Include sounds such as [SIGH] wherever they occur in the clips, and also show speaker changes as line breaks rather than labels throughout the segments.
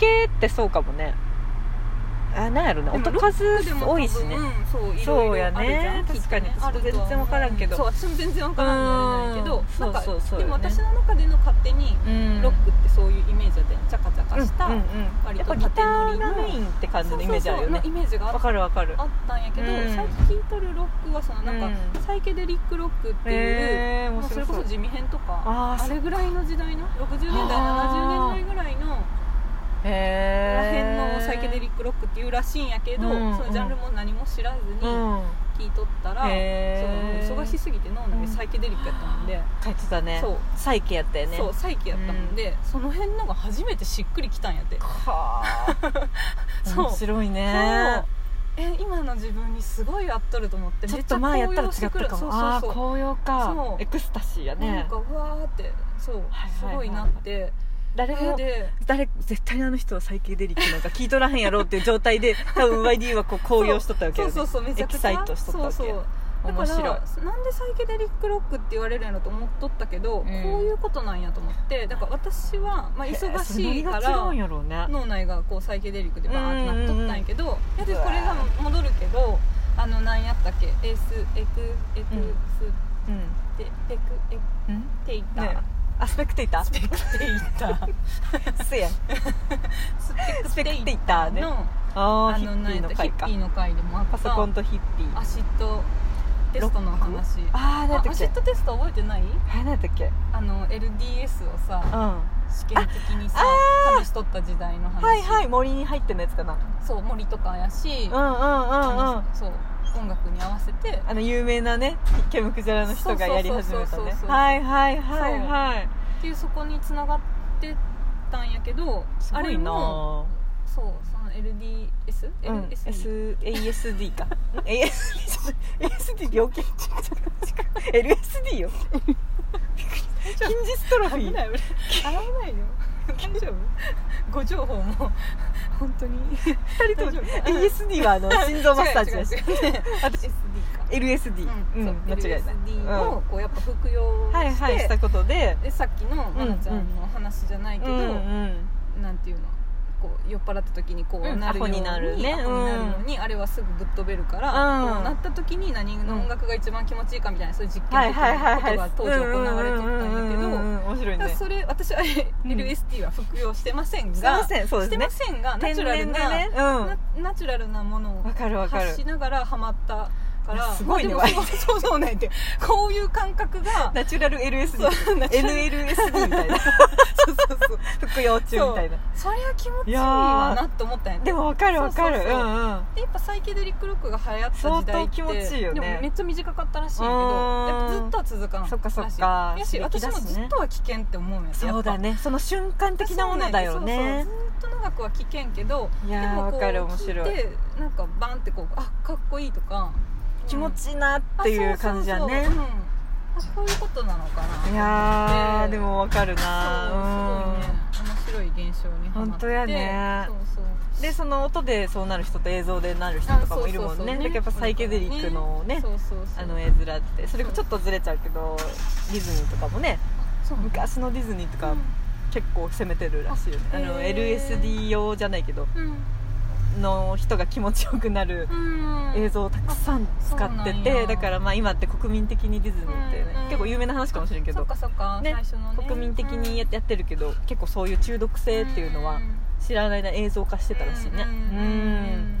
系ってそうかもねあなんやろね
でも
音数
ロックでも多分
多いしね
うんそうい
そ
ろ
う
いろ
やね
あるじゃんき
確
っと
かに
ねあると
全
は思う
然わからんけど
そう私も全然わからんのやけ
う
ど
ん
なんか
そうそうそう
でも
よね
私の中での勝手に
うん
ロックってそういうイメージだったよチャカチャカした、
うんうんうん、
割
やっ
と
ぱギタ
縦乗
ー
りの
がメインって感じのイメージあるよね
そうそうそうのイメージがあ
わ
っ
かるわかる
あったんやけど、
うん
最近聴いとるロックはそのなんか、
うん
サイケデリックロックっていう、
えー、
も
面
うそ
白
れこ
そ
そう地味編とか
あ
あ
ー
れぐらいの時代の60年代
あー
70年代ぐらいのらへん
へ
のサイケデリックロックっていうらしいんやけど、
うん
そのジャンルも何も知らずに
うん
聴いとったら、
へー
そう忙しすぎて脳内でサイケデリックやったもんで、
書いてたね
そう
サイケやったよね
そうサイケやったもんで、その辺のが初めてしっくりきたんやって。
は [LAUGHS] あ
そう
面白い
そ
ね
うえ今の自分にすごい合っとると思って
ちょっと前やったら違った
めちゃ
かもああ
高揚してくるそうそうそう
紅葉か
そう
エクスタシーや
なん
ね
かうわーってそう、
はいはいはい
すごいなって
誰
え
も
で
誰絶対あの人はサイケデリックなんか聞いとらへんやろうっていう状態
[LAUGHS]
で多分 YD はこう高揚しとったわけ
そ
よ
う
ね
そうそうめちゃくち
エキ
ゃ
サイトしとったわけ
そうそうだか
面白い
らなんでサイケデリックロックって言われるんやろと思っとったけど、
ん
こういうことなんやと思ってだから私は、まあ、忙しいか
えそれ何が違う
ら
んやろうね
脳内がこうサイケデリックでバーってなっとったんやけど、いやで
うわー
これが戻るけどあの何やったっけエースエクエクス
うん
テ、ペクエク
うん
テイター、
ねあスペクテイター
スペクテイター
そうやス
ス
ペ
ペ
ク
ク
テ
テ
イ
イ
タ
タ
ー
ー
ね
の
ああ
あ
ヒ
の
ッピ
何
ー
や
の
った
回
ヒッ
か
ピーの回でもあった
パソコンとヒッピー
アシッドテストの話
ああ何や
あ
った
ア
っ
シ
け
ッドテスト覚えてない
あれ何やったっけ
あの LDS を
うん
さ
は
試験的にさ試しとった時代の話、
いはい森に入ってのやつかな
そう森とかやし、
うんうんうんうん
そう音楽に合わせて
あの有名なねケムクジャラの人がやり始めた
そうそうそう
ね
そうそう
はいはいはいはい
っていうそこに繋がってたんやけど
すご
あれ
いな
も
ぁ
そうその LDS?LS、
うん
LSD
S ASD
[LAUGHS]
か ASD じゃない ASD 病気 LSD よ筋ジストロフィ
危
ー
ない俺洗わないよ大丈夫ご情報も本当に
二人とも
大丈夫
ASD は
[LAUGHS]
あの心臓マッサージだし
違う違う違う
私
SD か
LSD うん
そう
間違いない
LSD をこうやっぱ服用
うん
して、
はいはいしたことで
でさっきのまなちゃんの話じゃないけど、
うんうん
なんていうのこう酔っ払った時にこ
う
うんなるように,、
アホになるね
アホになるのに、あれはすぐぶっ飛べるから、
うん
こうなった時に何の音楽が一番気持ちいいかみたいなそういう実
は
験
い
的
はいはい
なこ
はい
とが当時行われとったんやけど、
うううんうん面白い
だか
ね
らそれ私は LSD は服用してませんが、
すいませんそうで
し
す
て
ね
ませんがナ
天
チュラル
然で
な、
ねうん
なナチュラルなもの
わ
を
かるわかる
発しながらハマったか
いや
ら
すごいね
まあでもそうそうそうねってこういう感覚
[LAUGHS]
が
ナチュラル LSD
そうナチュラル
NLSD みたいな
そうそうそう
服用中みたいな
それは気持ちいいわなと思ったんや
でもわかるわかる
そう
う
そうそうん
うん
でやっぱサイケデリックロックが流行った時代って
相当気持ちいいよね
でもめっちゃ短かったらしいんやけ
う
ど
ーん
やっぱずっとは続かんらしい
そっかそっか
やし
刺激
私
だしね
もずっとは危険って思うんや
そうだねその瞬間的なものだよね
そうそうずっと長くは危険けど
い
で
やー
もこ
わ
う
かる面白
聞
い
いてなんかバンってこうあかっこいいとか
気持
い
ちいいなっていう感じやね
こういうことなのかない
や
う
ー
ん
でもわかるな
そうすごいね面白い現象にハマって
本当やね
そうそう
うんでその音でそうなる人と映像でなる人とかもいるもんねだからやっぱサイケデリックのね
そうそうそう
あの絵面ってそれがちょっとずれちゃうけどディズニーとかもね
そうなんだ
昔のディズニーとか
う
結構攻めてるらしいよねあ
あ
の
へー
LSD 用じゃないけど
ん
の人が気持ちよくなる
うんうん
映像をたくさん使って
あそうなん
て
や
だからまあ今って国民的にディズニーってね
うんうん
結構有名な話かもしれんけ
そっ
ど
かそっか
ね
最初のね
国民的にややってるけど結構そういう中毒性っていうのは知らない間に映像化してたらしいね
うん
う
うん
ん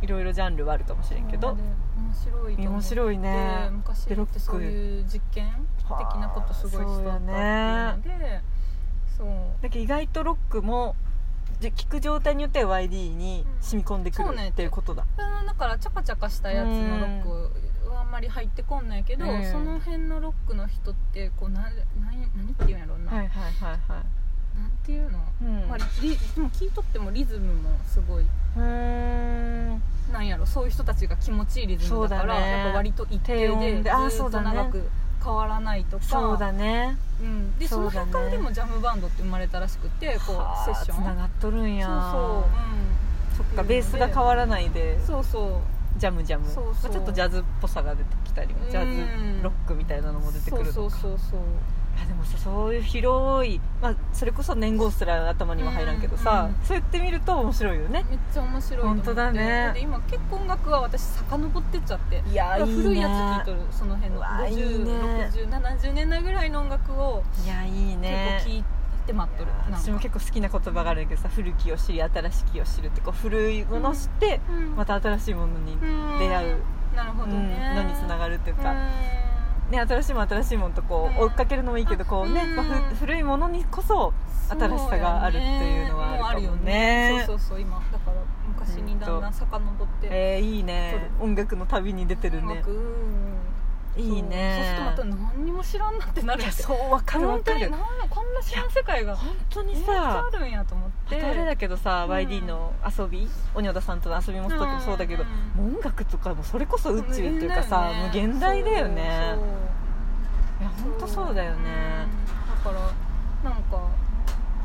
いろいろジャンルはあるかもしれんけ
そう
ど
ね面白いと思って
面白いね
昔
でロック
ってそういう実験的なことすごいしとったっていうのでそう
だけど意外とロックもじ聞く状態によっては YD に染み込んでくる
うんそうね
っていうことだ
うんだからチャカチャカしたやつのロックはあんまり入ってこんないけど、
うん
その辺のロックの人ってこうな何何っていうんやろうな、
はいはいはいはい
なんていうの、
うん
まあ、リでも聞いとってもリズムもすごいう
ーん
なんやろそういう人たちが気持ちいいリズムだから
そうだね
やっぱ割と一
低
定で
音
ず
であー
ーっと長く変わらないとか
そうだね
うん、でそ
そうだね
の辺からでもジャムバンドって生まれたらしくてこ
はあ
うセッション
つながっとるんや
そう
そっかベースが変わらないで
そう、うん、そうそう
ジャムジャム
そうそ
まあ
う
ちょっとジャズっぽさが出てきたりもジャズ
うん
ロックみたいなのも出てくる
そうそうそうそう
やでもさそういう広い、まあ、それこそ年号すら頭には入らんけどさ、
うんうん
そうやって見ると面白いよね
めっちゃ面白いと思って
本当だね
で今結構音楽は私遡ってっちゃって
いや
古いやつ聴いとるその辺の
うわいいね
506070年代ぐらいの音楽を
いやいい
結
ね
構聴いて待っとるなん
私
か
も結構好きな言葉があるんだけどさ古きを知り新しきを知るってこう古いものを知って、
うん
また新しいものに、
ん
出会う
なるほ
う
ど
ん
ね
のにつながるっていう
る
か、ね、新しいもん新しいもんとこう
う
追
ん
っかけるのもいいけどこうね、
うん
まあふ古いものにこそ新しさがあるっていうのはあるかもね
そうそうそう今だから昔にだんだん遡って
えー、いいね音楽の旅に出てる
音
ね
楽うん
いい
そうそうするとま
ね
た何にも知らんなってなる
い
や
や
つ
そうわかるわ
本
か
当に
る
なんだこんな知らん世界が
本当に
めっちゃ
さ
あるんやと思って
あとあれだけどさ、
うん
YD の遊び鬼田さんとの遊びもそうだけど、
うん
もう音楽とかもそれこそ宇宙っていうかさ無限
だ
大
よ
だよね
そう
いや本当そうだよね
そううんだからなんか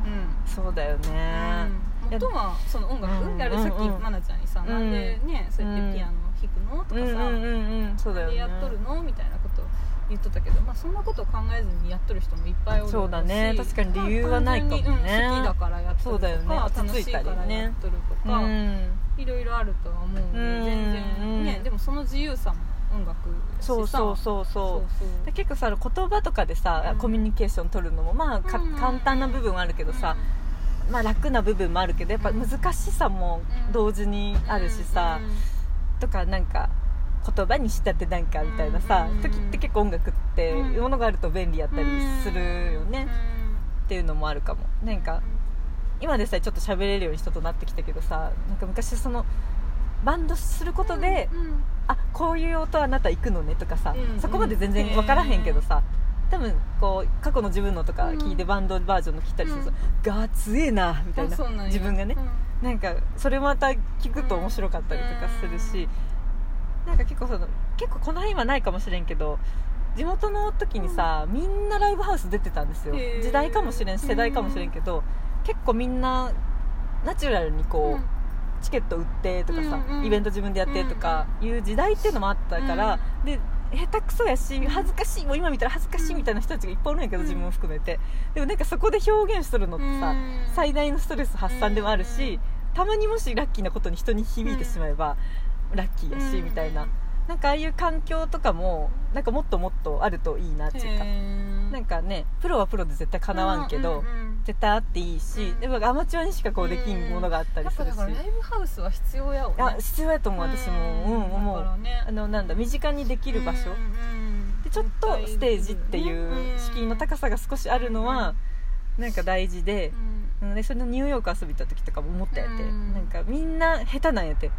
うん
そうだよね、
うん、元はその音楽、
うん
あれさっき
うん
愛菜ちゃんにさ、
うん
なんでねそうやってピアノ弾くのと
うん、
か
うん
さ、
うんうんそうだよ
で
ね
やっとるのみたいなこと言っとったけど、まあ、そんなことを考えずにやっとる人もいっぱいおるし
そうだね確かに理由はないかもね
まあ単純にうん好きだからやっと
そう
る
だよ
と
ね
か、
落
楽
ち
し
着
い
い
か
たりね
らやっとるとか、
うん
いろいろあるとは思うので、
うん
全
うん
然ねでもその自由さも音楽やしさ
そうそうそうそう
そう
で結構さ言葉とかでさ、
うん
コミュニケーション取るのもまあか、
うん
簡単な部分はあるけどさ、まあ、楽な部分もあるけどやっぱ難しさも
うん
同時に
うん
あるしさ、
うん
とかなんか言葉にしたってなんかみたいなさ、
うん
時って結構音楽って
うん
ものがあると便利やったりするよね、っていうのもあるかも
うん
なんか今でさえちょっと喋れるように人となってきたけどさなんか昔そのバンドすることで、
うんうん
あこういう音あなた行くのねとかさ、
うん
そこまで全然分からへんけどさ多分こう過去の自分のとか聞いて
うん
バンドバージョンの聞いたりすると、
うん
ガーツええなみたい
あ
な
そうなんや
自分がね
う、ん
なんかそれまた聞くと面白かったりとかするし、なんか結構その結構この辺はないかもしれんけど地元の時にさ、みんなライブハウス出てたんですよ
へー
時代かもしれんし世代かもしれんけど、結構みんなナチュラルにこう、チケット売ってとかさ、
うんうん
イベント自分でやってとかいう時代っていうのもあったから、で下手くそやし恥ずかしいもう今見たら恥ずかしいみたいな人たちがいっぱいおるんやけど、
うん
自分も含めてでもなんかそこで表現するのってさ、最大のストレス発散でもあるし、
うん
たまにもしラッキーなことに人に響いてしまえば、ラッキーやし、みたいななんかああいう環境とかもなんかもっともっとあるといいなっていうか、なんかねプロはプロで絶対かなわんけど、絶対あっていいし、
うん
でもアマチュアにしかこうできんものがあったり
やっ
す
ぱ
る
だ
し、
からライブハウスは必要やわ
あ必要やと思う私もうん思う、あのなんだ身近にでき
い
る場所、でちょっとステージっていう敷居の高
さ
さが少しあるのはなんか大事で、うん、でそれのニューヨーク遊び行った時とかも思ったやて、
うん
なんかみんな下手なんやて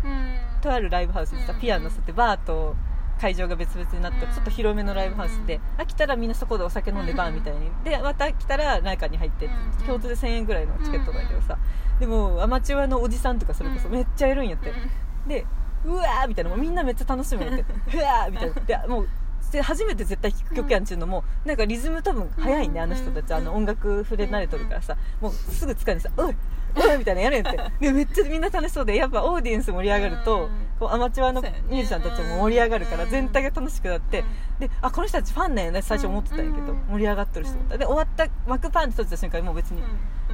とあるライブハウスでさ
うん
ピアノ吸ってバーと会場が別々になった
うん
ちょっと広めのライブハウスで、
うん
飽きたらみんなそこでお酒飲んでバーみたいにでまた来たら中に入って
うん
共通で1000円ぐらいのチケットだけどさでもアマチュアのおじさんとかそれこそ
うん
めっちゃいるんやってでうわーみたいなもうみんなめっちゃ楽しむんやって [LAUGHS] うわーみたいなでもうで初めて絶対聴く曲やんちゅうのもなんかリズム多分早いねあの人たちあの音楽触れ慣れとるからさもうすぐ掴んでさ「おいおい!」みたいなのやるんやってでめっちゃみんな楽しそうでやっぱオーディエンス盛り上がるとこうアマチュアのミュージシャンたちも盛り上がるから全体が楽しくなってであこの人たちファンなんやね最初思ってたんやけど
うん
盛り上がっとる人もいたで終わった幕パンって閉じた瞬間にもう別に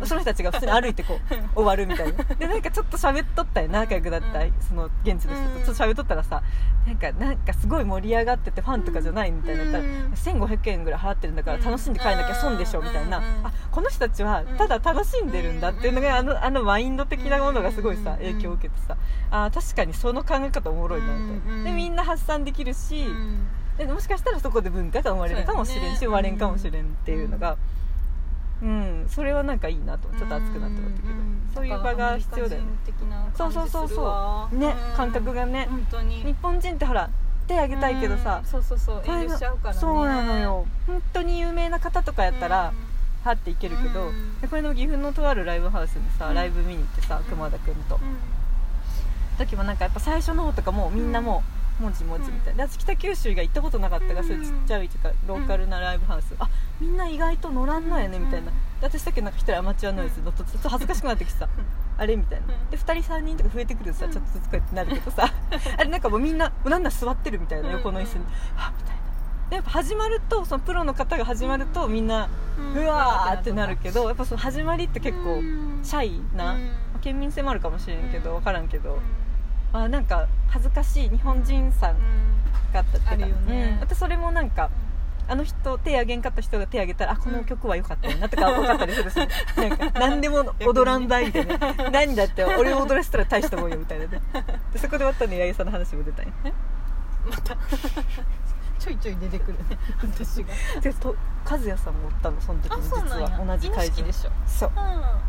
その人たちが普通に歩いてこう終わるみたい
[LAUGHS]
なでなんかちょっと喋っとったよ仲良くなった
うん
その現地の人とちょっと喋っとったらさなんかなんかすごい盛り上がっててファンとかじゃないみたいな言ったら
うん
1500円ぐらい払ってるんだから
うん
楽しんで帰んなきゃ損でしょみたいな
うん
あこの人たちはただ楽しんでるんだっていうのがあのあのマインド的なものがすごいさ
うん
影響を受けてさあー確かにその考え方おもろいなみたい
うん
なでみんな発散できるし、でもしかしたらそこで文化が生まれるかもしれんし、
そ
生
うやね
まれんかもしれんっていうのがうん、それはなんかいいなとちょっと熱くなって思ったけど、そういう場が必要だよね
そうそうそうそう
ね感覚がね、
本当に
日本人ってほら手あげたいけどさ
うん、そうそうそう
これ
遠慮しちゃうからね
そうなのよ本当に有名な方とかやったら、はっていけるけど、
うん
でこれの岐阜のとあるライブハウスにさ、
うん
ライブ見に行ってさ熊田君と、
うん
時もなんかやっぱ最初の方とかもうみんなもう、もじもじみたいなで私北九州が行ったことなかったから、
うん
そういうちっちゃいとかローカルなライブハウス、あみんな意外と乗らんのやねみたいな、
うん
で私だけなんか一人アマチュアのやつ乗っとってちょっと恥ずかしくなってきてさあれみたいな
うん
で2人3人とか増えてくるとさ
うん
ちょっとずつこうやってなるけどさあれなんかもうみんななんなら座ってるみたいな横の椅子に
うん
あみたいなでやっぱ始まるとそのプロの方が始まるとみんなうわーってなるけどやっぱその始まりって結構シャイな県民性もあるかもしれんけど分からんけどあなんか恥ずかしい日本人さんがあったって
あ
いう
る
か
よね
うん、私それもなんかあの人手あげんかった人が手あげたらあこの曲は良かったよなとか分かったりするしなんか何でも踊らんばいみた
[LAUGHS]
いな何だって俺を踊らせたら大したもんよみたいなねでそこで終わったのに八重さんの話も出たんよ
またちょいちょい出てくるね私が
でと和也さんもおったのその時に実は同じ会場
犬式でしょ
そう
う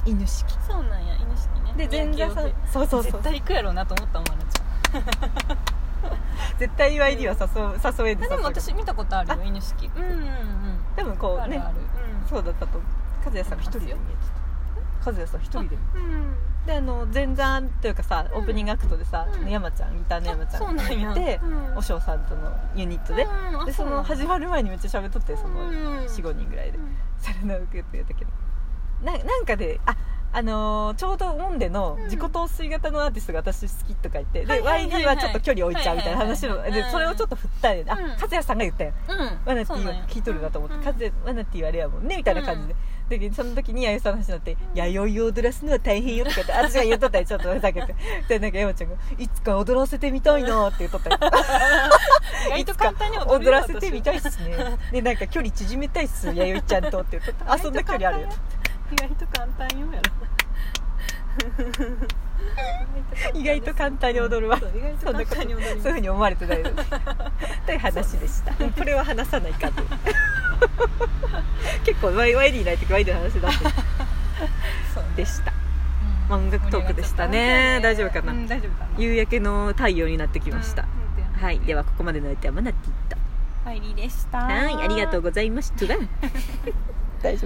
犬式
んそうなんや犬式ね
で前座さんそうそうそう
絶対行くやろうなと思ったもんあのちゃん
絶対岩井には誘う誘えん
あで
誘え
も
ん
私見たことあるよ
あ
犬式うんうんうん
多分こうね
あるある
そうだったと思う和也さんが一人で見えてた和也さん一人で
うんうん
であの前座というかさ
うん
オープニングアクトでさ、
うん
山ちゃんギターの山ちゃ
そうん
が
なんや
て
うん
おしょうさんとのユニットで、
うんあ
でそう
な
の
んだ
始まる前にめっちゃ喋っとってその
うん
45人ぐらいで、
うん
それなうくって言ったけどななんかでああのーちょうどモンデの自己陶酔型のアーティストが私好きとか言って、
はい
で
はいはい
YD
はい
はちょっと距離置いちゃうみたいな話を、
はいはいはい
でそれをちょっと振ったり、ねあ
うん
和也さんが言ったよ
うん
ワナティ
そう
ー
なん
は
や
聞いとるなと思って、
うん
風ワナティーはあれやもんねみたいな感じで、でその時に弥生さんの話になって「弥生を踊らすのは大変よ」とか [LAUGHS] 言って私が言っとったりちょっとふざけてでなんか山ちゃんが「いつか踊らせてみたいな」って言っとったよ [LAUGHS]
意外と簡単に踊
踊
るよ
らせてみたいっすねでなんか距離縮めたいっす [LAUGHS] 弥生ちゃんとって言っとったあそんな距離あるよ
意外と簡単よやろ
[LAUGHS] 意外と簡単に踊るわ
そう意外と簡単に踊ります
そういうふうに思われてないのでという話でしたこれは話さないかという [LAUGHS] 結構ワイワイリーない時ワイリーの話だって
そうね
でした
うん
まあ音楽トークでしたね
盛り上がっち
大丈夫か
ゃった
な
うん大丈夫かな
夕焼けの太陽になってきました、
うん
はいではここまでの相手はマナティット
ファイリーでした
はいありがとうございました [LAUGHS] 大丈夫